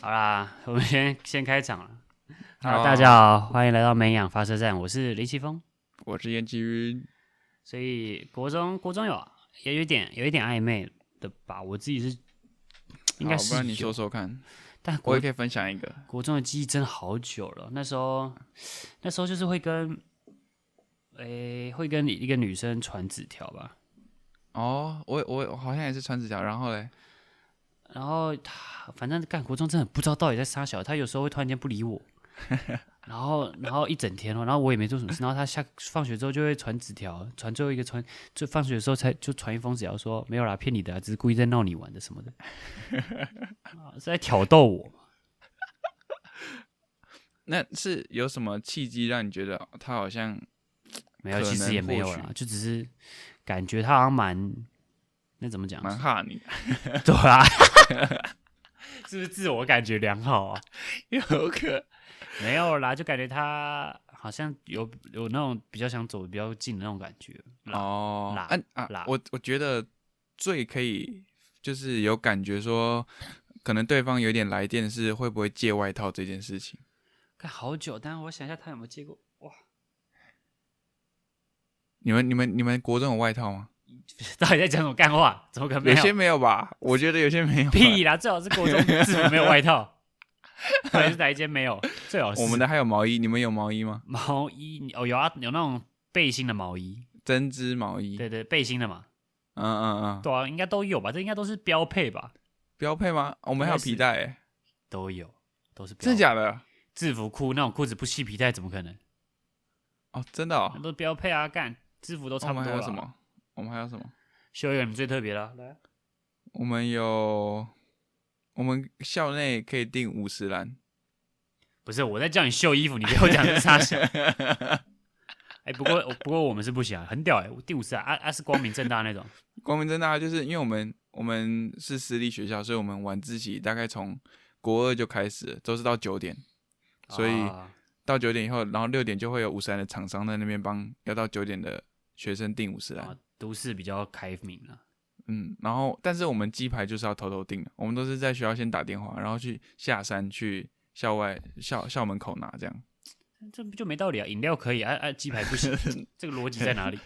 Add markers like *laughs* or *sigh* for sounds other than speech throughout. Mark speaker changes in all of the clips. Speaker 1: 好啦，我们先先开场了。好，
Speaker 2: 好
Speaker 1: 大家好，欢迎来到美养发射站，我是林奇峰。
Speaker 2: 我是燕继云，
Speaker 1: 所以国中国中有也有一点有一点暧昧的吧，我自己是应该
Speaker 2: 好
Speaker 1: 是
Speaker 2: 不然你
Speaker 1: 有
Speaker 2: 说说看，
Speaker 1: 但
Speaker 2: 我
Speaker 1: 国
Speaker 2: 也可以分享一个。
Speaker 1: 国中的记忆真的好久了，那时候那时候就是会跟。诶、会跟一个女生传纸条吧，
Speaker 2: 哦，我我我好像也是传纸条，然后嘞，
Speaker 1: 然后她反正干国中真的不知道到底在撒小，她有时候会突然间不理
Speaker 2: *laughs*
Speaker 1: 我，然后然后一整天哦，然后我也没做什么事，然后她下放学之后就会传纸条，传最后一个传，就放学的时候才就传一封纸条说没有啦，骗你的、啊，只是故意在闹你玩的什
Speaker 2: *laughs*
Speaker 1: 么的，啊是在挑逗我。
Speaker 2: 那是有什么契机让你觉得他好像
Speaker 1: 没有，
Speaker 2: 可
Speaker 1: 其实
Speaker 2: 能
Speaker 1: 也没
Speaker 2: 或
Speaker 1: 有
Speaker 2: 许
Speaker 1: 啦，就只是感觉他好像蛮，那怎么讲？
Speaker 2: 蛮怕你？
Speaker 1: 对啊， *laughs* 是不是自我感觉良好啊？
Speaker 2: *laughs* 有可
Speaker 1: *laughs* 没有啦，就感觉他好像有有那种比较想走比较近的那种感觉。
Speaker 2: 哦，
Speaker 1: 啦
Speaker 2: 啊
Speaker 1: 啦
Speaker 2: 啊，我我觉得最可以就是有感觉说，可能对方有点来电是会不会借外套这件事情。
Speaker 1: 看好久，但我想一下他有没有借过，哇， *laughs*
Speaker 2: 你们你们你们国中有外套吗？
Speaker 1: 到底在讲什么干话？怎么可能没
Speaker 2: 有些
Speaker 1: 有？
Speaker 2: 没有吧，我觉得有些没有吧。
Speaker 1: *laughs* 屁啦，最好是国中制服没有外
Speaker 2: *laughs*
Speaker 1: 套，到底是哪一间没有？最啊好是
Speaker 2: 我们的还有毛衣，你们有毛衣吗？
Speaker 1: 毛衣哦，有啊，有那种背心的毛衣，
Speaker 2: 针织毛衣。
Speaker 1: 对对，背心的嘛。
Speaker 2: 嗯嗯嗯，
Speaker 1: 对啊，应该都有吧？这应该都是标配吧？
Speaker 2: 标配吗？我们还有皮带、欸，
Speaker 1: 都有，都是标
Speaker 2: 真的假的？
Speaker 1: 制服裤那种裤子不系皮带怎么可能？
Speaker 2: 哦，真的哦
Speaker 1: 那。都标配啊！干制服都差
Speaker 2: 我
Speaker 1: 不
Speaker 2: 们还
Speaker 1: 多了。
Speaker 2: 有什？么？我们还有什么？
Speaker 1: 修一个你最特别的啊，来啊，
Speaker 2: 我们有，我们校内可以订五十篮。
Speaker 1: 不是我在叫你秀衣服，你给我讲是
Speaker 2: *laughs*
Speaker 1: 啥小？哎、不过不过我们是不行啊，很屌哎、我第五次啊啊啊是光明正大那种，
Speaker 2: 光明正大，就是因为我们我们是私立学校，所以我们晚自习大概从国二就开始了，都是到九点。所以
Speaker 1: 啊
Speaker 2: 到九点以后，然后六点就会有五十篮的厂商在那边帮要到九点的学生订五十篮。
Speaker 1: 啊都市比较开明了、
Speaker 2: 嗯，然后但是我们鸡排就是要偷偷订的，我们都是在学校先打电话，然后去下山去校外校校门口拿这样。
Speaker 1: 这不就没道理啊？饮料可以，啊啊鸡排不
Speaker 2: *laughs*
Speaker 1: 行，这个逻辑在哪里？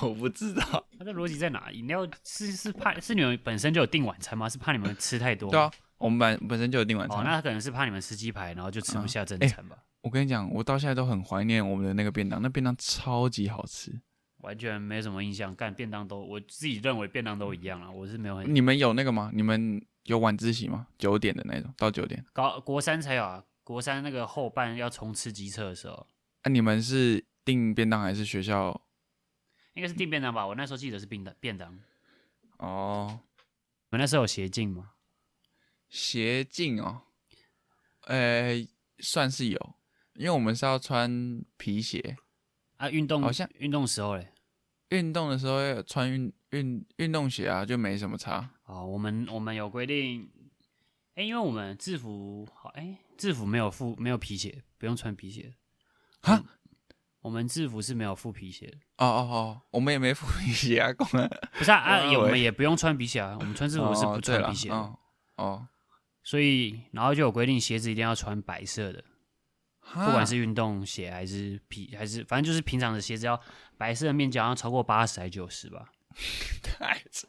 Speaker 2: 我不知道。
Speaker 1: 它的逻辑在哪？饮料是是怕是你们本身就有订晚餐吗？是怕你们吃太多吗？
Speaker 2: 对啊，我们本本身就有订晚餐。
Speaker 1: 哦，那他可能是怕你们吃鸡排，然后就吃不下正
Speaker 2: 哎
Speaker 1: 餐吧？
Speaker 2: 我跟你讲，我到现在都很怀念我们的那个便当，那便当超级好吃。
Speaker 1: 完全没什么印象。干便当都，我自己认为便当都一样了。我是没有很
Speaker 2: 你们有那个吗？你们有晚自习吗？九点的那种，到九点。
Speaker 1: 高国三才有啊，国三那个后半要冲刺机测的时候，
Speaker 2: 啊，你们是订便当还是学校？
Speaker 1: 应该是订便当吧？我那时候记得是便当便当。你
Speaker 2: 哦，
Speaker 1: 们那时候有斜进吗？
Speaker 2: 斜进哦，呃，算是有，因为我们是要穿皮鞋。
Speaker 1: 啊，运动
Speaker 2: 好像
Speaker 1: 运动时候嘞。
Speaker 2: 运动的时候要穿运运运动鞋啊，就没什么差。
Speaker 1: 哦，我们我们有规定，哎、因为我们制服好，哎、制服没有附没有皮鞋，不用穿皮鞋。
Speaker 2: 哈
Speaker 1: 嗯，我们制服是没有附皮鞋的。
Speaker 2: 哦哦哦，我们也没付皮鞋啊，公安
Speaker 1: 不是啊，啊
Speaker 2: 我以
Speaker 1: 也我
Speaker 2: 为
Speaker 1: 们也不用穿皮鞋啊，我们穿制服是不穿皮鞋的，
Speaker 2: 哦对啦哦，
Speaker 1: 所以然后就有规定鞋子一定要穿白色的，
Speaker 2: 不
Speaker 1: 不管
Speaker 2: 啊
Speaker 1: 是运动鞋还是皮还是反正就是平常的鞋子要白色的面积好像超过八十还九十吧。
Speaker 2: *laughs* 太扯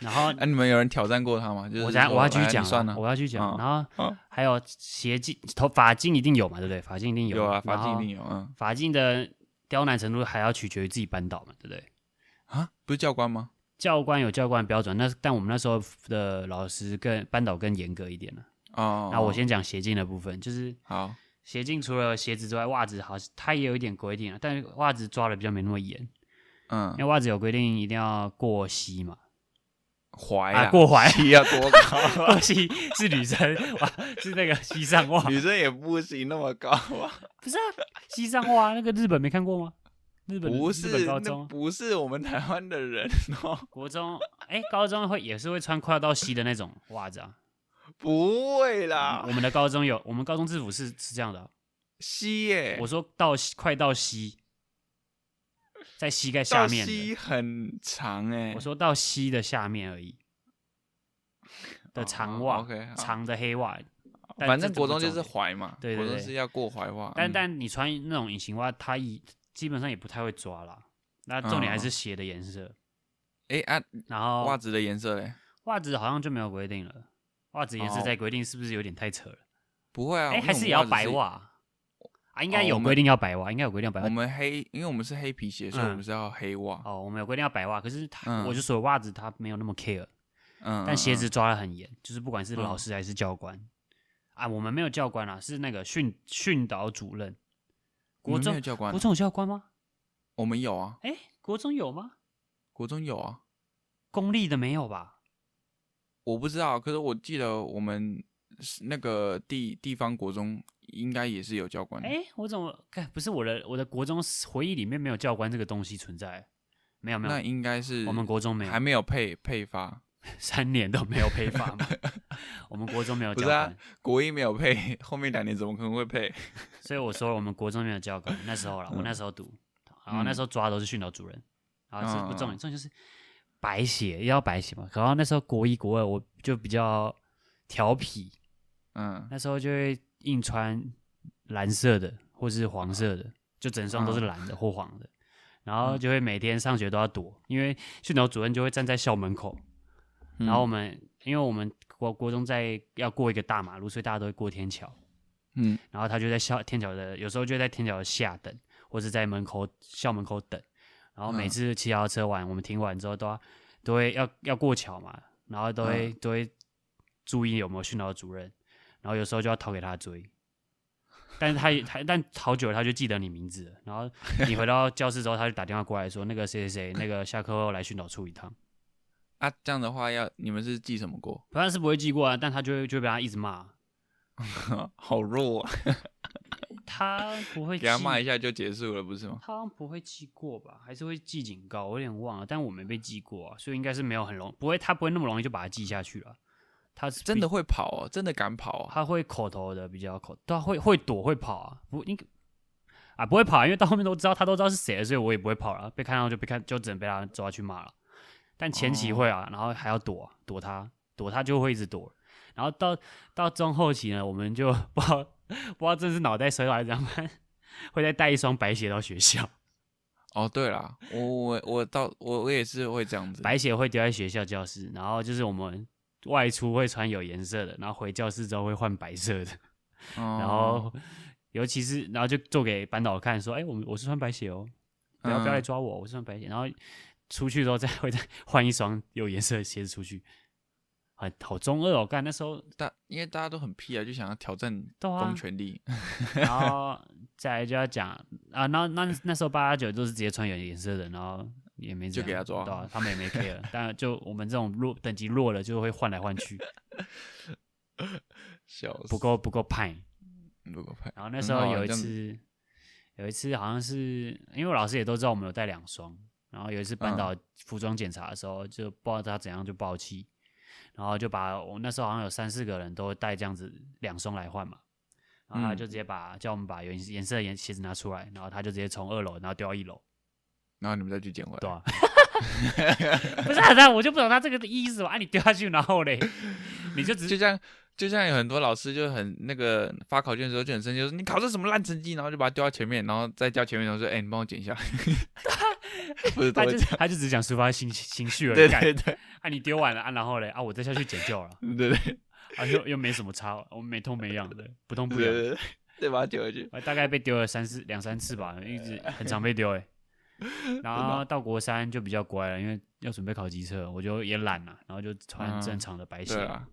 Speaker 1: 然
Speaker 2: *laughs*
Speaker 1: 后
Speaker 2: 哎啊，你们有人挑战过他吗？就是
Speaker 1: 我等下
Speaker 2: 说
Speaker 1: 我要继续
Speaker 2: 来
Speaker 1: 讲
Speaker 2: 你算
Speaker 1: 啊，
Speaker 2: 了，
Speaker 1: 我要继续讲，
Speaker 2: 嗯
Speaker 1: 然后
Speaker 2: 嗯
Speaker 1: 还有鞋镜头发镜一定有嘛，对不对？发镜一定
Speaker 2: 有啊，
Speaker 1: 然
Speaker 2: 法
Speaker 1: 后
Speaker 2: 镜一定有，嗯
Speaker 1: 法镜的刁难程度还要取决于自己班导嘛，对不对？
Speaker 2: 啊，不是教官吗？
Speaker 1: 教官有教官的标准，那但我们那时候的老师跟班导更严格一点了。啊
Speaker 2: 哦，
Speaker 1: 那我先讲鞋镜的部分，就是
Speaker 2: 好，
Speaker 1: 鞋镜除了鞋子之外，袜子好，它也有一点规定啊，但是袜子抓的比较没那么严，
Speaker 2: 嗯
Speaker 1: 因为，袜子有规定一定要过膝嘛，
Speaker 2: 踝
Speaker 1: 啊
Speaker 2: *laughs*
Speaker 1: 过踝
Speaker 2: 膝要哎多高啊？ *laughs*
Speaker 1: 过膝是女生哇，是那个膝上袜，
Speaker 2: 女生也不行那么高啊？
Speaker 1: 不是啊，膝上袜那个日本没看过吗？ *laughs* 日本
Speaker 2: 不
Speaker 1: 日
Speaker 2: 是，
Speaker 1: 本高
Speaker 2: 那
Speaker 1: 中、
Speaker 2: 不是我们台湾的人哦， *laughs*
Speaker 1: 国中，哎、高中会也是会穿快要到膝的那种袜子啊。
Speaker 2: 不会啦
Speaker 1: 我，们的高中有，我们高中制服是是这样的啊、
Speaker 2: 膝耶，
Speaker 1: 我说到膝快到膝，在膝盖下
Speaker 2: 到
Speaker 1: 面的
Speaker 2: 膝很长哎、
Speaker 1: 我说到膝的下面而已的
Speaker 2: 哦
Speaker 1: 长
Speaker 2: 哦
Speaker 1: 袜，
Speaker 2: OK，好哦
Speaker 1: 长的黑袜，但
Speaker 2: 反
Speaker 1: 这
Speaker 2: 正
Speaker 1: 不
Speaker 2: 国中就
Speaker 1: 重
Speaker 2: 是
Speaker 1: 点
Speaker 2: 怀嘛，
Speaker 1: 对对
Speaker 2: 国中
Speaker 1: 对
Speaker 2: 是要过怀袜。
Speaker 1: 但
Speaker 2: 嗯
Speaker 1: 但你穿那种隐形袜，它也基本上也不太会抓啦。那重点还是鞋的颜色，
Speaker 2: 哎啊，
Speaker 1: 然后
Speaker 2: 嗯袜子的颜色嘞？
Speaker 1: 袜子好像就没有规定了。袜子颜色
Speaker 2: 哦
Speaker 1: 再规定是不是有点太扯了？
Speaker 2: 不会啊，
Speaker 1: 哎，
Speaker 2: 因为
Speaker 1: 还
Speaker 2: 我
Speaker 1: 是
Speaker 2: 们
Speaker 1: 也要
Speaker 2: 子
Speaker 1: 白
Speaker 2: 是。
Speaker 1: 袜啊？应该
Speaker 2: 哦我
Speaker 1: 有
Speaker 2: 们
Speaker 1: 规定要白袜，应该有规定要白
Speaker 2: 我
Speaker 1: 袜。
Speaker 2: 们黑，因为我们是黑皮鞋，所以我
Speaker 1: 嗯
Speaker 2: 们是要黑袜。
Speaker 1: 哦，我们有规定要白袜，可是它
Speaker 2: 嗯
Speaker 1: 我就说袜子它没有那么 care，
Speaker 2: 嗯，
Speaker 1: 但鞋
Speaker 2: 嗯
Speaker 1: 子抓的很严，就是不管是
Speaker 2: 嗯
Speaker 1: 老师还是教官啊，我们没有教官啦，是那个训训导主任。
Speaker 2: 我
Speaker 1: 国
Speaker 2: 们没
Speaker 1: 中
Speaker 2: 有教官啊
Speaker 1: 国，中有教官吗？
Speaker 2: 我们有啊，
Speaker 1: 哎，国中有吗？
Speaker 2: 国中有啊，
Speaker 1: 公立的没有吧？
Speaker 2: 我不知道，可是我记得我们是那个地地方国中应该也是有教官的。
Speaker 1: 哎，我怎么看？不是我的，我的国中回忆里面没有教官这个东西存在，没有没
Speaker 2: 那
Speaker 1: 有，
Speaker 2: 应该是
Speaker 1: 我们国中没有
Speaker 2: 还，没有配配发，
Speaker 1: 三年都没有 *laughs* 配发嘛。我们国中没有
Speaker 2: 不
Speaker 1: 教
Speaker 2: 是啊
Speaker 1: 官，
Speaker 2: 国一没有配，后面两年怎么可能会配？
Speaker 1: 所以我说我们国中没有教官。那时候啦，我那时候读，然后那时候抓的都是训导主任，然后这不重
Speaker 2: 嗯嗯
Speaker 1: 点，
Speaker 2: 嗯
Speaker 1: 重点就是白鞋要白鞋嘛。然后那时候国一国二我就比较调皮，
Speaker 2: 嗯，
Speaker 1: 那时候就会硬穿蓝色的或是黄色的，就整双都是蓝的或黄的，然后就会每天上学都要躲，因为训导主任就会站在校门口， *laughs*
Speaker 2: 嗯
Speaker 1: 然后我们因为我们国国中在要过一个大马路，所以大家都会过天桥，
Speaker 2: 嗯
Speaker 1: 然后他就在校天桥的，有时候就在天桥的下等，或是在门口校门口等。然后每
Speaker 2: 嗯
Speaker 1: 次骑脚踏车完，我们停完之后都要都会要要过桥嘛，然后都
Speaker 2: 嗯
Speaker 1: 会、都会注意有没有训导主任，然后有时候就要逃给他追。但是他也他但逃久了他就记得你名字了，然后你回到教室之后，他就打电话过来说那个谁谁谁那个下课后来训导处一趟，
Speaker 2: 啊，这样的话要你们是记什么过？
Speaker 1: 反正是不会记过啊，但他就会就会被他一直骂，
Speaker 2: *laughs* 好弱啊，
Speaker 1: 他不会
Speaker 2: 给他
Speaker 1: 记
Speaker 2: 骂一下就结束了，不是吗？
Speaker 1: 他好像不会记过吧，还是会记警告，我有点忘了，但我没被记过啊，所以应该是没有很容，不会，他不会那么容易就把它记下去了。他是比
Speaker 2: 真的，会跑哦，真的敢跑哦。
Speaker 1: 他会口头的比较口，他会会躲会跑啊，不应该啊不会跑啊，因为到后面都知道他都知道是谁了，所以我也不会跑了，被看到就被看就只能被他抓去骂了。但前期会啊，然后还要躲啊躲他，躲他就会一直躲，然后到到中后期呢，我们就 *laughs* 不知道不知道真是脑袋摔坏怎么办， *laughs* 会再带一双白鞋到学校。
Speaker 2: 哦，对啦，我我我到我我也是会这样子，
Speaker 1: 白鞋会丢在学校教室，然后就是我们外出会穿有颜色的，然后回教室之后会换白色的，
Speaker 2: 哦
Speaker 1: 然后尤其是然后就做给班导看说，哎、我们我是穿白鞋哦，不要不要来
Speaker 2: 嗯
Speaker 1: 抓我，我是穿白鞋，然后出去之后再会再换一双有颜色的鞋子出去，很好中二哦，干那时候，
Speaker 2: 大因为大家都很屁啊，就想要挑战
Speaker 1: 对啊
Speaker 2: 公权力。 *laughs*
Speaker 1: 然后再来就要讲 *laughs* 啊，那那那时候八加九都是直接穿有颜色的，然后。也没怎
Speaker 2: 就给
Speaker 1: 样
Speaker 2: 他抓
Speaker 1: 对啊他们也没 care，但就我们这种弱等级弱了，就会换来换
Speaker 2: *laughs*
Speaker 1: 去，
Speaker 2: 笑死，
Speaker 1: 不够不够派。
Speaker 2: 不够派。
Speaker 1: 然后那时
Speaker 2: 很
Speaker 1: 候
Speaker 2: 好啊
Speaker 1: 有一
Speaker 2: 这样
Speaker 1: 次，有一次好像是因为我老师也都知道我们有带两双，然后有一次
Speaker 2: 嗯
Speaker 1: 班导服装检查的时候，就不知道他怎样就爆气，然后就把我那时候好像有三四个人都带这样子两双来换嘛，然后他
Speaker 2: 嗯
Speaker 1: 就直接把、叫我们把有颜颜色的颜鞋子拿出来，然后他就直接从二楼然后丢到一楼， *laughs*
Speaker 2: 然后你们再去捡回来。
Speaker 1: 对啊不是啊，那我就不懂他这个意思嘛，啊，你丢下去然后嘞，你就只是
Speaker 2: *laughs* 就像就像有很多老师就很那个发考卷的时候就很生气，就说你考这什么烂成绩，然后就把它丢到前面，然后再叫前面同学说，哎、你帮我
Speaker 1: *laughs*
Speaker 2: 捡一下。不是都 *laughs*
Speaker 1: 他
Speaker 2: 会
Speaker 1: 就
Speaker 2: 这样？
Speaker 1: 他就只想抒发心情绪而已，
Speaker 2: 对
Speaker 1: 干
Speaker 2: 对对
Speaker 1: 啊，你丢完了啊，然后嘞啊，我再下去捡救了，
Speaker 2: 对对
Speaker 1: 啊，又又没什么差，我没痛没痒的，不痛
Speaker 2: 对
Speaker 1: *laughs* 不痒。呃
Speaker 2: 对对，对把它丢回去。
Speaker 1: 我大概被丢了三四两三次吧，一直很常被丢哎、然
Speaker 2: 啊
Speaker 1: 后到国三就比较乖了，因为要准备考机车，我就也懒了，然后就穿
Speaker 2: 嗯
Speaker 1: 正常的白鞋。
Speaker 2: 对啊，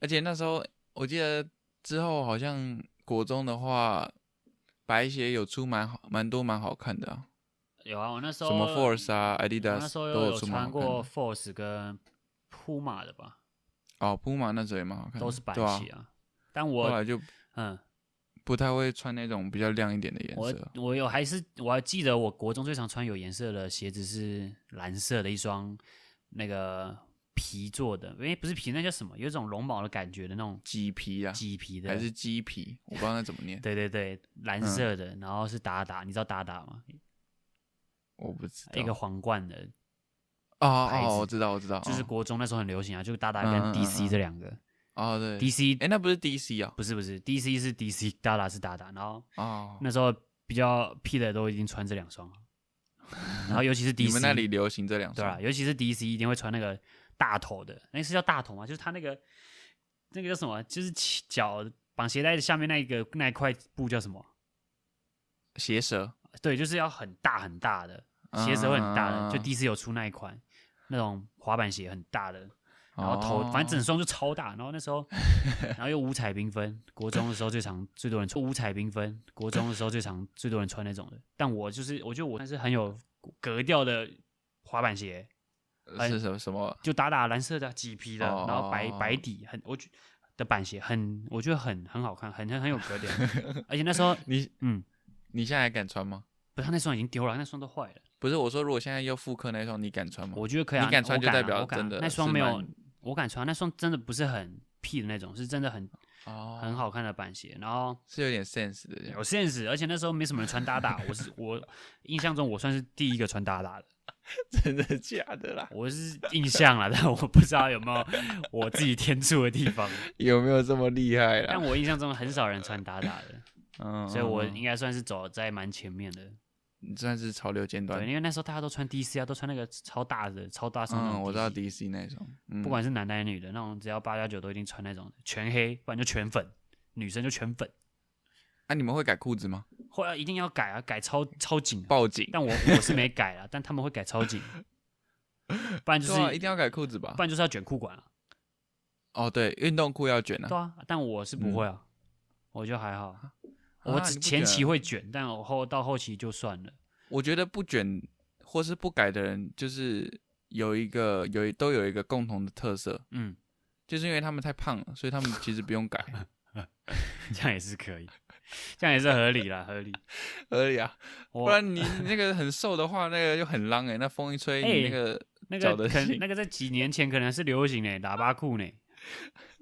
Speaker 2: 而且那时候我记得之后好像国中的话，白鞋有出蛮好蛮多蛮好看的、啊，
Speaker 1: 有啊，我那时
Speaker 2: 什
Speaker 1: 候
Speaker 2: 么 Force 啊、
Speaker 1: 我
Speaker 2: Adidas
Speaker 1: 那时候
Speaker 2: 都
Speaker 1: 有
Speaker 2: 出蛮
Speaker 1: 穿
Speaker 2: 好看的
Speaker 1: 过 Force 跟 Puma 的吧，
Speaker 2: 哦，Puma 那时候也蛮好看的，
Speaker 1: 都是白
Speaker 2: 对啊
Speaker 1: 鞋。啊。但
Speaker 2: 后
Speaker 1: 我
Speaker 2: 来就
Speaker 1: 嗯，
Speaker 2: 不太会穿那种比较亮一点的颜
Speaker 1: 我
Speaker 2: 色。
Speaker 1: 我有还是我还记得，我国中最常穿有颜色的鞋子是蓝色的一双那个皮做的，诶，不是皮，那叫什么？有一种绒毛的感觉的那种
Speaker 2: 麂皮啊，
Speaker 1: 麂皮的，
Speaker 2: 还是嗯鸡皮，我不知道那怎么念，
Speaker 1: 对对对，蓝色的，然后是打打，你知道打打吗？
Speaker 2: 我不知道。
Speaker 1: 一个皇冠的，
Speaker 2: 哦哦
Speaker 1: 牌子
Speaker 2: 哦，我知道，我知道，
Speaker 1: 就是
Speaker 2: 哦
Speaker 1: 国中那时候很流行啊，就是打打
Speaker 2: 嗯嗯
Speaker 1: 跟
Speaker 2: 嗯
Speaker 1: DC
Speaker 2: 嗯
Speaker 1: 这两个，
Speaker 2: 哦，对，
Speaker 1: DC
Speaker 2: 哎，那不是 DC 啊，
Speaker 1: 不是不是，DC 是 DC，达达是达达，然后
Speaker 2: 哦，
Speaker 1: 那时候比较屁的都已经穿这两
Speaker 2: *laughs*
Speaker 1: 双了，然后尤其是 DC，
Speaker 2: 你们那里流行这两
Speaker 1: 对啊，
Speaker 2: 双，
Speaker 1: 尤其是 DC 一定会穿那个大头的，那是叫大头吗？就是他那个那个叫什么？就是起脚绑鞋带的下面那一个那一块布叫什么？
Speaker 2: 鞋舌，
Speaker 1: 对，就是要很大很大的鞋舌会很大
Speaker 2: 嗯
Speaker 1: 的，就 DC 有出那一款那种滑板鞋很大的，然后
Speaker 2: 哦
Speaker 1: 头、反正整双就超大，然后那时候，然后又五彩缤纷，国中的时候最常最多人穿五彩缤纷，国中的时候最常最多人穿那种的。但我就是我觉得我那是很有格调的滑板鞋，
Speaker 2: 整是什么什么
Speaker 1: 就打打蓝色的麂皮的，然后白
Speaker 2: 哦
Speaker 1: 白底，很我觉的板鞋很我觉得很很好看，很很很
Speaker 2: *laughs*
Speaker 1: 有格调，而且那时候
Speaker 2: 你
Speaker 1: 嗯，
Speaker 2: 你现在还敢穿吗？
Speaker 1: 不是他那双已经丢了，那双都坏了，
Speaker 2: 不是我说，如果现在要复刻那一双，你敢穿吗？
Speaker 1: 我觉得可以、啊，
Speaker 2: 嗯你敢穿
Speaker 1: 我
Speaker 2: 就代
Speaker 1: 啊
Speaker 2: 表
Speaker 1: 我敢啊
Speaker 2: 真的
Speaker 1: 那双
Speaker 2: 是
Speaker 1: 没有
Speaker 2: 蛮
Speaker 1: 我敢穿，那双真的不是很屁的那种，是真的很
Speaker 2: 哦，
Speaker 1: 很，好看的板鞋，然后。
Speaker 2: 是有点 sense 的
Speaker 1: *laughs*
Speaker 2: 这样
Speaker 1: 有 sense，而且那时候没什么人穿搭
Speaker 2: *laughs*
Speaker 1: 打，我是我印象中我算是第一个穿搭打的，
Speaker 2: 真的假的啦？
Speaker 1: 我是印象 *laughs* 了，但我不知道有没有我自己天助的地
Speaker 2: *laughs*
Speaker 1: 方，
Speaker 2: 有没有这么厉害
Speaker 1: 但
Speaker 2: 啦？
Speaker 1: 我印象中很少人穿搭打的，
Speaker 2: 嗯，
Speaker 1: 所以我
Speaker 2: 嗯嗯
Speaker 1: 应该算是走在蛮前面的，
Speaker 2: 你算是潮流尖端
Speaker 1: 对，。因为那时候大家都穿 DC 啊，都穿那个超大的、超大双那种
Speaker 2: 嗯，我知道
Speaker 1: DC
Speaker 2: DC 那一双，嗯
Speaker 1: 不管是男的还是女的，那种只要八加九都一定穿那种全黑，不然就全粉，女生就全粉，
Speaker 2: 啊，你们会改裤子吗？
Speaker 1: 后来一定要改啊，改超超紧的，
Speaker 2: 报警，
Speaker 1: 但我我是没改啊，但他们会改超
Speaker 2: *laughs*
Speaker 1: 紧，不然就
Speaker 2: 对啊，
Speaker 1: 是
Speaker 2: 一定要改裤子吧
Speaker 1: 不？然就是要卷裤管啊。
Speaker 2: 哦，对，运动裤要卷
Speaker 1: 对
Speaker 2: 啊。
Speaker 1: 啊，但我是不会啊， *laughs* 我就还好。我
Speaker 2: 嗯啊
Speaker 1: 只
Speaker 2: 你不
Speaker 1: 前
Speaker 2: 卷
Speaker 1: 期
Speaker 2: 啊
Speaker 1: 会卷，但我后到后期就算了。
Speaker 2: 我觉得不卷或是不改的人，就是有一个有一都有一个共同的特色，
Speaker 1: 嗯， *laughs*
Speaker 2: 就是因为他们太胖了，所以他们其实不用改。
Speaker 1: 这样也是可以，这样也是合理啦，合理。
Speaker 2: 合理啊， *laughs* 不
Speaker 1: 我
Speaker 2: 然你你那个很瘦的话，那个就很浪哎、那风一吹，你
Speaker 1: 哎
Speaker 2: 那个
Speaker 1: 那
Speaker 2: 找
Speaker 1: 个
Speaker 2: 得
Speaker 1: 可
Speaker 2: 起
Speaker 1: 能那个在几年前可能是流行呢，喇叭裤呢。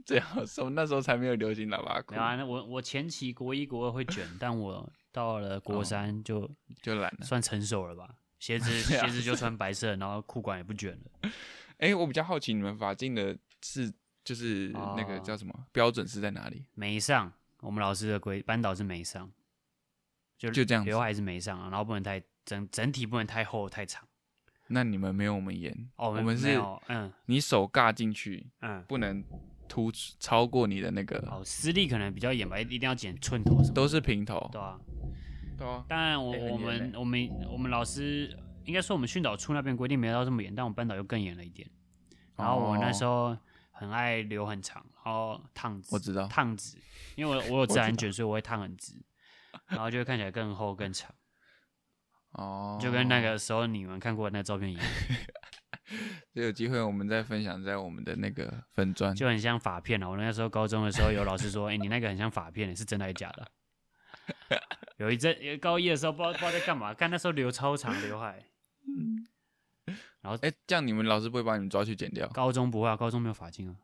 Speaker 2: 最好瘦。那时候才没有流行喇叭裤
Speaker 1: 对，啊，那我我前期国一国二会卷，但我到了国
Speaker 2: 哦
Speaker 1: 三就
Speaker 2: 就懒了。
Speaker 1: 算成熟了吧。鞋子
Speaker 2: *laughs* 对啊
Speaker 1: 鞋子就穿白色，然后裤管也不卷了。
Speaker 2: 哎、我比较好奇你们法进的是就是那个
Speaker 1: 哦
Speaker 2: 叫什么标准是在哪里？
Speaker 1: 没上，我们老师的规班导是没上，就
Speaker 2: 就这样子
Speaker 1: 刘海是没上啊，然后不能太整整体不能太厚太长。
Speaker 2: 那你们没有我们严，
Speaker 1: 哦，
Speaker 2: 我们
Speaker 1: 没
Speaker 2: 是
Speaker 1: 有，嗯
Speaker 2: 你手尬进去
Speaker 1: 嗯，
Speaker 2: 不能突出超过你的那个，
Speaker 1: 哦，私立可能比较严吧，一定要剪寸头什么的，
Speaker 2: 都是平头。
Speaker 1: 对啊。
Speaker 2: 对啊，
Speaker 1: 当然我，
Speaker 2: 欸很
Speaker 1: 我
Speaker 2: 严
Speaker 1: 们
Speaker 2: 欸
Speaker 1: 我们我们老师应该说我们训导处那边规定没有到这么严，但我们班导又更严了一点。然后
Speaker 2: 哦
Speaker 1: 我那时候很爱留很长，然后烫直，
Speaker 2: 我知道
Speaker 1: 烫直，因为我我有自然卷，所以我会烫很
Speaker 2: *laughs*
Speaker 1: 直，然后就会看起来更厚更长，
Speaker 2: 哦，
Speaker 1: 就跟那个时候你们看过的那照片一样，
Speaker 2: *laughs* 所以有机会我们再分享在我们的那个粉砖。
Speaker 1: 就很像发片啊。我那时候高中的时候有老师说，哎、你那个很像发片，是真的还是假的啊？
Speaker 2: *laughs*
Speaker 1: 有一阵有高一的时候不知道不知道在干嘛，干那时候留超长刘海，
Speaker 2: 哎、这样你们老师不会把你们抓去剪掉？
Speaker 1: 高中不会啊，高中没有发巾啊。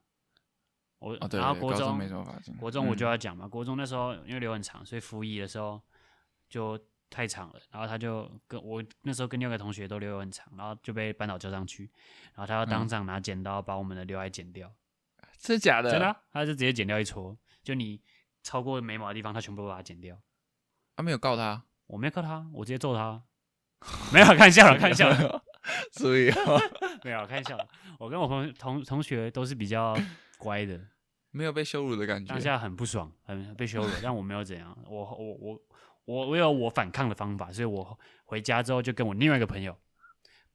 Speaker 1: 我、
Speaker 2: 哦，对
Speaker 1: 然后
Speaker 2: 对
Speaker 1: 国
Speaker 2: 高
Speaker 1: 中
Speaker 2: 中没什么发型。
Speaker 1: 国中我就
Speaker 2: 嗯
Speaker 1: 要讲嘛，国中那时候因为留很长，所以服役的时候就太长了，然后他就跟我那时候跟另外一个同学都留很长，然后就被班导叫上去，然后他要
Speaker 2: 嗯
Speaker 1: 当场拿剪刀把我们的刘海剪掉，
Speaker 2: 真的假的？
Speaker 1: 真的啊、他就直接剪掉一撮，就你超过眉毛的地方，他全部都把它剪掉。
Speaker 2: 他啊没有告
Speaker 1: *laughs*
Speaker 2: 他，
Speaker 1: 我没有告他，我直接揍他， *laughs* 没有啊，开玩笑了，开玩笑了。
Speaker 2: *laughs* 所以哦
Speaker 1: 没有，开玩笑的。我跟我朋同同学都是比较乖的，
Speaker 2: 没有被羞辱的感
Speaker 1: 当
Speaker 2: 觉。
Speaker 1: 下很不爽，很被羞辱，但我没有怎样，我我我我我有我反抗的方法，所以我回家之后就跟我另外一个朋友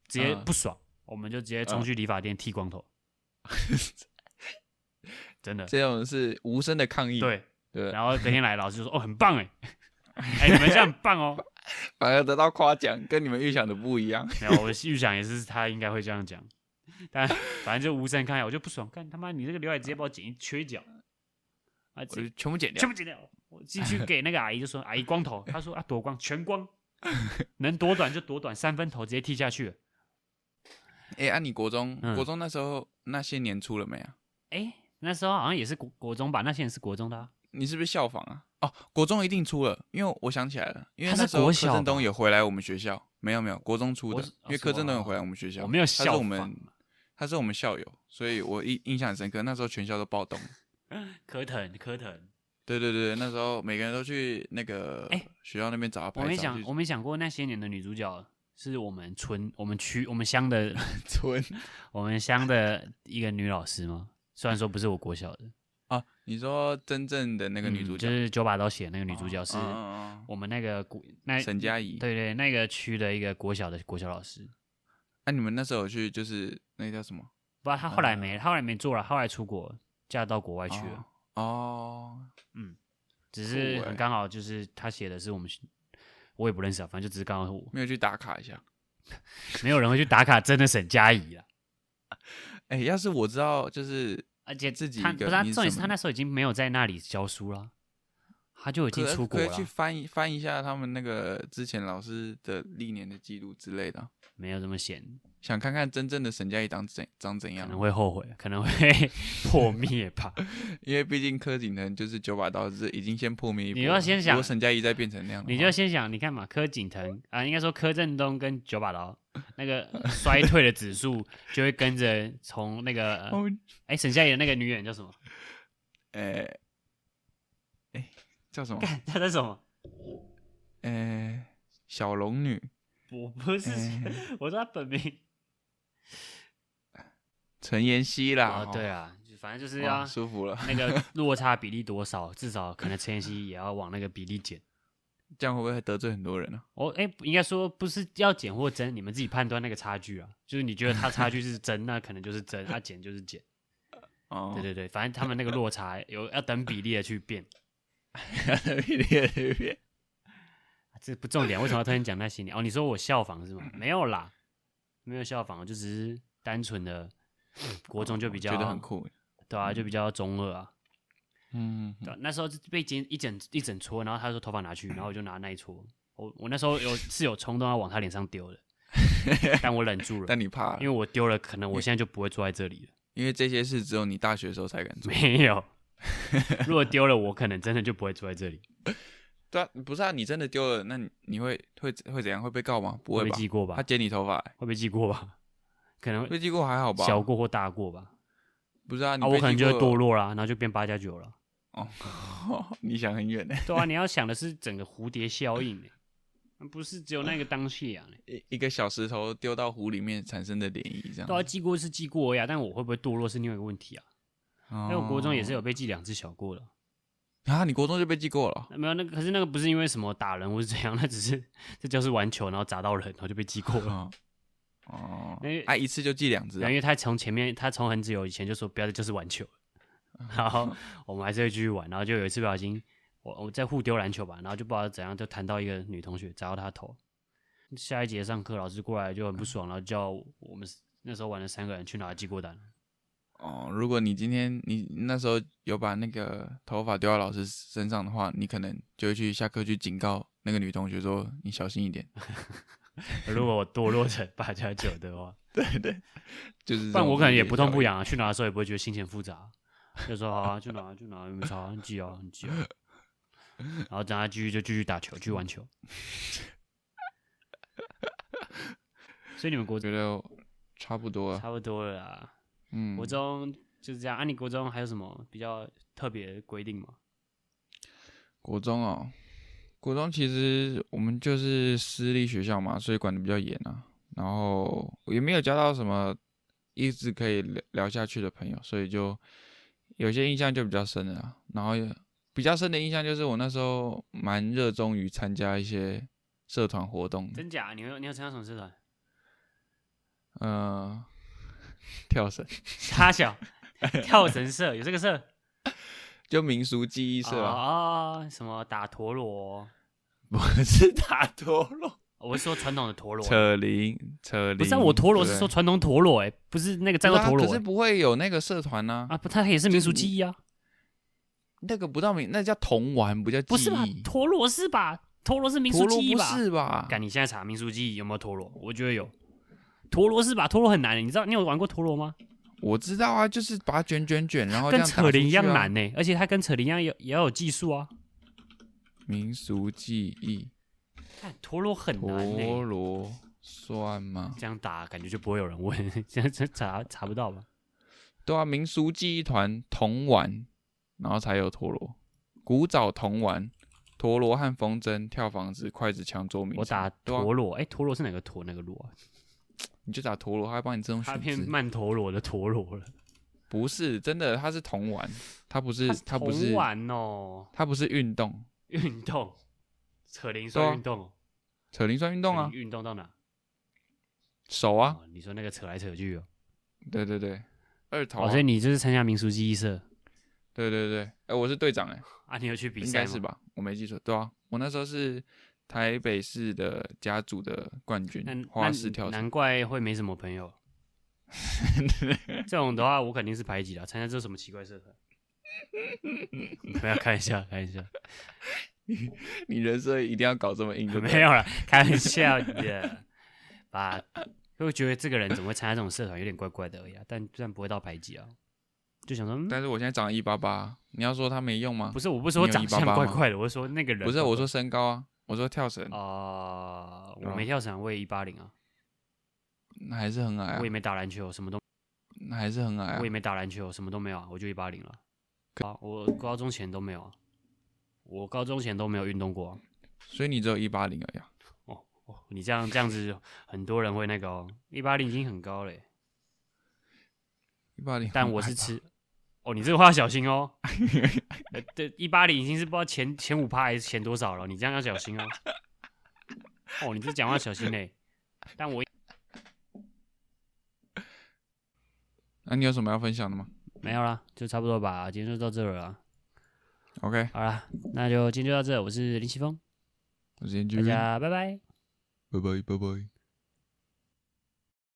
Speaker 1: 直接
Speaker 2: 嗯
Speaker 1: 不爽，我们就直接冲去理发店剃
Speaker 2: *laughs*
Speaker 1: 光头，真的
Speaker 2: 这种是无声的抗议，
Speaker 1: 对。
Speaker 2: 对不对，
Speaker 1: 然后隔天来，老师就说：“哦，很棒哎，哎，你们这样很棒哦。
Speaker 2: *laughs* 反而得到夸奖，跟你们预想的不一样。”
Speaker 1: 没有，我预想也是他应该会这样讲，但反正就无声看我就不爽，干他妈你这个刘海直接把我剪一缺角，啊，
Speaker 2: 我
Speaker 1: 直
Speaker 2: 就全部剪掉
Speaker 1: 全。部剪掉。我进去给那个阿姨就说：“阿姨光
Speaker 2: *laughs*
Speaker 1: 头。”她说：“啊，多光，全光，能多短就多短，三分头直接剃下去了。
Speaker 2: 哎，啊，你国中，
Speaker 1: 嗯
Speaker 2: 国中那时候那些年出了没啊？”
Speaker 1: 哎，那时候好像也是国国中吧，那些人是国中的、啊，
Speaker 2: 你是不是效仿啊？哦，国中一定出了，因为我想起来了，因为
Speaker 1: 他是
Speaker 2: 那时候
Speaker 1: 国
Speaker 2: 柯
Speaker 1: 小
Speaker 2: 震东
Speaker 1: 吧
Speaker 2: 有回来我们学校，没有没有，国中出
Speaker 1: 我
Speaker 2: 的
Speaker 1: 是，
Speaker 2: 因为
Speaker 1: 哦
Speaker 2: 柯震
Speaker 1: 是
Speaker 2: 东有
Speaker 1: 我
Speaker 2: 回来我们学校，
Speaker 1: 我没有
Speaker 2: 他是
Speaker 1: 效
Speaker 2: 我
Speaker 1: 仿
Speaker 2: 们，他是我们校友，所以我印印象很深刻，那时候全校都暴动，
Speaker 1: 科腾科腾，
Speaker 2: 对对对，那时候每个人都去那个
Speaker 1: 哎
Speaker 2: 学校那边找他
Speaker 1: 我
Speaker 2: 拍
Speaker 1: 没
Speaker 2: 照，
Speaker 1: 想
Speaker 2: 去
Speaker 1: 我没想过那些年的女主角是我们村、我们区、我们乡的、
Speaker 2: *laughs* 村
Speaker 1: 我们乡的一个女老师吗？虽然说不是我国小的
Speaker 2: 啊。你说真正的那个女
Speaker 1: 嗯
Speaker 2: 主角
Speaker 1: 就，是九把刀写的那个女主角是
Speaker 2: 嗯嗯嗯
Speaker 1: 我们那个国那
Speaker 2: 嗯沈佳宜。
Speaker 1: 对对那个区的一个国小的国小老师，
Speaker 2: 那你们那时候有去就是那个叫什么？
Speaker 1: 不，她后
Speaker 2: 嗯
Speaker 1: 来没，她后来没做了，她后来出国嫁到国外去了。
Speaker 2: 哦，
Speaker 1: 只是
Speaker 2: 酷欸
Speaker 1: 很刚好就是他写的是我们，我也不认识啊，反正就只是刚好是我，
Speaker 2: 没有去打卡一下。
Speaker 1: 没有人会去打卡真的沈佳宜啊。
Speaker 2: 哎，要是我知道，就是
Speaker 1: 而且
Speaker 2: *laughs* 自己
Speaker 1: 他
Speaker 2: 一
Speaker 1: 不
Speaker 2: 个
Speaker 1: 是他
Speaker 2: 你是
Speaker 1: 重点
Speaker 2: 什
Speaker 1: 是
Speaker 2: 么
Speaker 1: 他那时候已经没有在那里教书了，他就已经
Speaker 2: 可
Speaker 1: 出国
Speaker 2: 可以
Speaker 1: 了
Speaker 2: 去
Speaker 1: 啊，
Speaker 2: 翻一翻一下他们那个之前老师的历年的记录之类的啊，
Speaker 1: 没有这么闲，
Speaker 2: 想看看真正的沈佳宜长怎长怎
Speaker 1: 可
Speaker 2: 样
Speaker 1: 能。会后悔，可能会 *laughs* 破灭
Speaker 2: *laughs*
Speaker 1: 吧。
Speaker 2: 因为毕竟柯景腾就是九把刀是已经先破灭一波了。
Speaker 1: 你要先想
Speaker 2: 如果沈佳宜再变成那样的话，
Speaker 1: 你就先想，你看嘛，柯景腾啊、应该说柯震东跟九把刀那个衰退的指数就会跟着从那个呃哎、
Speaker 2: *laughs* 哦，
Speaker 1: 沈佳宜的那个女演员叫什么？
Speaker 2: 哎哎叫什么？
Speaker 1: *laughs* 她叫什么？
Speaker 2: 哎，小龙女，
Speaker 1: 我不是，
Speaker 2: 哎
Speaker 1: 我说她
Speaker 2: *laughs*
Speaker 1: 本名。
Speaker 2: 陈妍希啦。
Speaker 1: 啊，对
Speaker 2: 啊，
Speaker 1: 啊，就反正就是
Speaker 2: 哇
Speaker 1: 要
Speaker 2: 舒服了，
Speaker 1: *laughs* 那个落差比例多少，至少可能陈妍希也要往那个比例减。
Speaker 2: 这样会不会得罪很多人呢？
Speaker 1: 哦，哎，应该说不是要减或增，你们自己判断那个差距啊。就是你觉得它差距是增，那可能就是
Speaker 2: *laughs*
Speaker 1: 增；它减就是减。
Speaker 2: 哦，
Speaker 1: 对对对，反正他们那个落差有要等比例的去变，
Speaker 2: *laughs* 对，
Speaker 1: 啊这不重点。为什么要突然讲那些年？哦，你说我效仿是
Speaker 2: *laughs*
Speaker 1: 吗？没有啦，没有效仿，我就只是单纯的国中就比较
Speaker 2: 哦觉得很，酷。
Speaker 1: 对啊，就比较中二啊。
Speaker 2: 嗯，
Speaker 1: 对啊、那时候是被剪一整一整撮，然后他说头发拿去，然后我就拿那一撮。我我那时候有是有冲动要往他脸上丢的，但我忍住了，
Speaker 2: *laughs* 但你
Speaker 1: 嗯
Speaker 2: 怕
Speaker 1: 因为
Speaker 2: 了，
Speaker 1: 我丢了，可能我现在就不会坐在这
Speaker 2: *laughs*
Speaker 1: 里了。
Speaker 2: 因为这些事只有你大学的时候才敢做。
Speaker 1: 没
Speaker 2: *laughs*
Speaker 1: 有，如果丢了，我可能真的就不会坐在这里。
Speaker 2: 对啊，不是啊，你真的丢了，那你你会会会怎样？会被告吗？不
Speaker 1: 会
Speaker 2: 会
Speaker 1: 被
Speaker 2: 吧？
Speaker 1: 记过吧啊
Speaker 2: 他？剪你头发、欸，
Speaker 1: 会被记过吧？可能
Speaker 2: 被记过还好吧？
Speaker 1: 小过或大过吧。
Speaker 2: 不是啊，你
Speaker 1: 啊，我
Speaker 2: 被
Speaker 1: 可能
Speaker 2: 记
Speaker 1: 就会
Speaker 2: 过
Speaker 1: 堕落啦，然后就变八加九了。
Speaker 2: 哦， *laughs* 你想很远呢、
Speaker 1: 对啊，你要想的是整个蝴蝶效应、欸，不是只有那个当下、欸。
Speaker 2: 一一个小石头丢到湖里面产生的涟漪，这样。
Speaker 1: 对啊，记过是记过呀、但我会不会堕落是另外一个问题啊。
Speaker 2: 哦
Speaker 1: 因为我国中也是有被记两次小过的。
Speaker 2: 啊，你国中就被记过了。
Speaker 1: 那没有那个，可是那个不是因为什么打人或是怎样，那只是 *laughs* 这就是玩球然后砸到人，然后就被记过
Speaker 2: *laughs*
Speaker 1: 了。
Speaker 2: 哦，哦
Speaker 1: 因为，
Speaker 2: 啊，一次就记两只
Speaker 1: 然
Speaker 2: 啊
Speaker 1: 后因。为他从前面，他从很久以前就说不要，这就是玩球。然后我们还是会继续玩，然后就有一次不小心，我我在互丢篮球吧，然后就不知道怎样就弹到一个女同学，砸到她头。下一节上课，老师过来就很不爽，然后叫我们那时候玩的三个人去拿记过单。
Speaker 2: 哦，如果你今天你那时候有把那个头发丢到老师身上的话，你可能就会去下课去警告那个女同学说：“你小心一点。 *laughs*
Speaker 1: 如果我堕落成八加九的话，”
Speaker 2: 对对，就是这种蝴蝶效应。
Speaker 1: 但我可能也不痛不痒啊，去拿的时候也不会觉得心情复杂，就说好啊，就拿就拿，没差，你记啊，你记啊。然后等他继续就继续打球，继续玩球。所以你们国
Speaker 2: 我
Speaker 1: 中
Speaker 2: *laughs* 觉得差不多了。
Speaker 1: 差不多了啦，
Speaker 2: 啊嗯，
Speaker 1: 国中就是这样。啊，你国中还有什么比较特别的规定吗？
Speaker 2: 国中哦，国中其实我们就是私立学校嘛，所以管的比较严啊。然后也没有交到什么一直可以聊聊下去的朋友，所以就有些印象就比较深了啊。然后也比较深的印象就是我那时候蛮热衷于参加一些社团活动的，
Speaker 1: 真假？你有你有参加什么社团？
Speaker 2: 呃， *laughs* 跳绳，
Speaker 1: 沙小跳绳社有这个
Speaker 2: *laughs*
Speaker 1: 社？
Speaker 2: 就民俗记忆社啊，
Speaker 1: 啊、哦，什么打陀螺？
Speaker 2: *laughs* 不是打陀螺，
Speaker 1: 我是说传统的陀螺。
Speaker 2: *laughs* 扯铃，扯铃。
Speaker 1: 不是、啊、我陀螺
Speaker 2: 对
Speaker 1: 是说传统陀螺、欸，不是那个战斗
Speaker 2: 不是啊
Speaker 1: 陀螺、
Speaker 2: 可是
Speaker 1: 欸
Speaker 2: 不会有那个社团呢、
Speaker 1: 啊，不，它也是民俗记忆啊，
Speaker 2: 那个不到名，那叫童玩，不叫记忆。
Speaker 1: 不是吧？陀螺是吧？陀螺是民
Speaker 2: 陀
Speaker 1: 俗
Speaker 2: 螺
Speaker 1: 记忆
Speaker 2: 不
Speaker 1: 吧？
Speaker 2: 是啊吧？
Speaker 1: 干，你现在查民俗记忆有没有陀螺？我觉得有。陀螺是吧？陀螺很难、欸，你知道你有玩过陀螺吗？
Speaker 2: 我知道啊，就是把它卷卷卷，然后这
Speaker 1: 跟
Speaker 2: 样打
Speaker 1: 扯铃一样
Speaker 2: 出去啊
Speaker 1: 难。呢、而且它跟扯铃一样也也要有技术啊。
Speaker 2: 民俗记忆，
Speaker 1: 看陀螺很难呢、
Speaker 2: 陀螺算吗？
Speaker 1: 这样打感觉就不会有人问，这样这查查不到吧？
Speaker 2: 对啊，民俗记忆团童玩然后才有陀螺。古早童玩，陀螺和风筝、跳房子、筷子、抢捉迷
Speaker 1: 我
Speaker 2: 藏
Speaker 1: 打
Speaker 2: 对啊
Speaker 1: 陀螺，哎、陀螺是哪个陀？哪个螺啊？
Speaker 2: 你就打陀螺，它会帮你自动
Speaker 1: 他
Speaker 2: 选
Speaker 1: 变
Speaker 2: 字。
Speaker 1: 慢陀螺的陀螺了，
Speaker 2: 不是真的，它是童玩，它不是，它
Speaker 1: 它
Speaker 2: 不是，
Speaker 1: 玩哦，
Speaker 2: 它不是运动，
Speaker 1: 运动， *laughs* 扯铃
Speaker 2: 对啊
Speaker 1: 算运动哦，
Speaker 2: 扯铃算运动
Speaker 1: 扯
Speaker 2: 啊
Speaker 1: 铃，运动到哪？
Speaker 2: 手啊，
Speaker 1: 哦，你说那个扯来扯去哦，
Speaker 2: 对对对，二头、
Speaker 1: 哦，
Speaker 2: 啊
Speaker 1: 所以你就是参加民俗记忆社 *laughs*
Speaker 2: 对对对，哎、我是队长哎、
Speaker 1: 啊？你有去比
Speaker 2: 应
Speaker 1: 赛
Speaker 2: 该
Speaker 1: 吗？
Speaker 2: 是吧？我没记错，对啊，我那时候是台北市的甲组的冠军
Speaker 1: 那？那，
Speaker 2: 花式跳绳，
Speaker 1: 难怪会没什么朋
Speaker 2: *laughs*
Speaker 1: 友。这种的话，我肯定是排挤的。参加这什么奇怪社团？不要看一下，看一下，
Speaker 2: 你人设一定要搞这么硬就对了
Speaker 1: *laughs* *laughs* 没有了，开玩笑的。把，就觉得这个人怎么会参加这种社团，有点怪怪的而已啊。但但不会到排挤啊，就想说，嗯
Speaker 2: 但是我现在长一八八，你要说他没用吗？
Speaker 1: 不是，我不是说
Speaker 2: 你有
Speaker 1: 长相
Speaker 2: 188吗
Speaker 1: 怪怪的，我是说那个人哦
Speaker 2: 不是，
Speaker 1: 怪
Speaker 2: 我
Speaker 1: 怪
Speaker 2: 说身高啊，我说跳绳，
Speaker 1: 啊、
Speaker 2: 对啊
Speaker 1: 我没跳伞，我也一八零啊，
Speaker 2: 那还是很矮啊
Speaker 1: 我也，没打篮球，什么都
Speaker 2: 那还是很矮啊
Speaker 1: 我也。没打篮球，什么都没有啊，我就一八零了。啊，我高中前都没有啊，我高中前都没有运动过啊、
Speaker 2: 所以你只有一八零而已啊。
Speaker 1: 哦哦，你这样这样子，很多人会那个哦，一八零已经很高嘞、
Speaker 2: 一八零，
Speaker 1: 但我是吃。哦，你这个话要小心哦。呃对，一八零已经是不知道前前五趴还是前多少了，你这样要小心哦。哦，你这讲话小心嘞、但我
Speaker 2: 那、你有什么要分享的吗
Speaker 1: 没有啦，就差不多吧，今天就到这了啦。
Speaker 2: ？OK，
Speaker 1: 好啦，那就今天就到这，我是林奇峰，
Speaker 2: 我是研究
Speaker 1: 大
Speaker 2: 员，
Speaker 1: 家拜拜。
Speaker 2: 拜拜拜拜。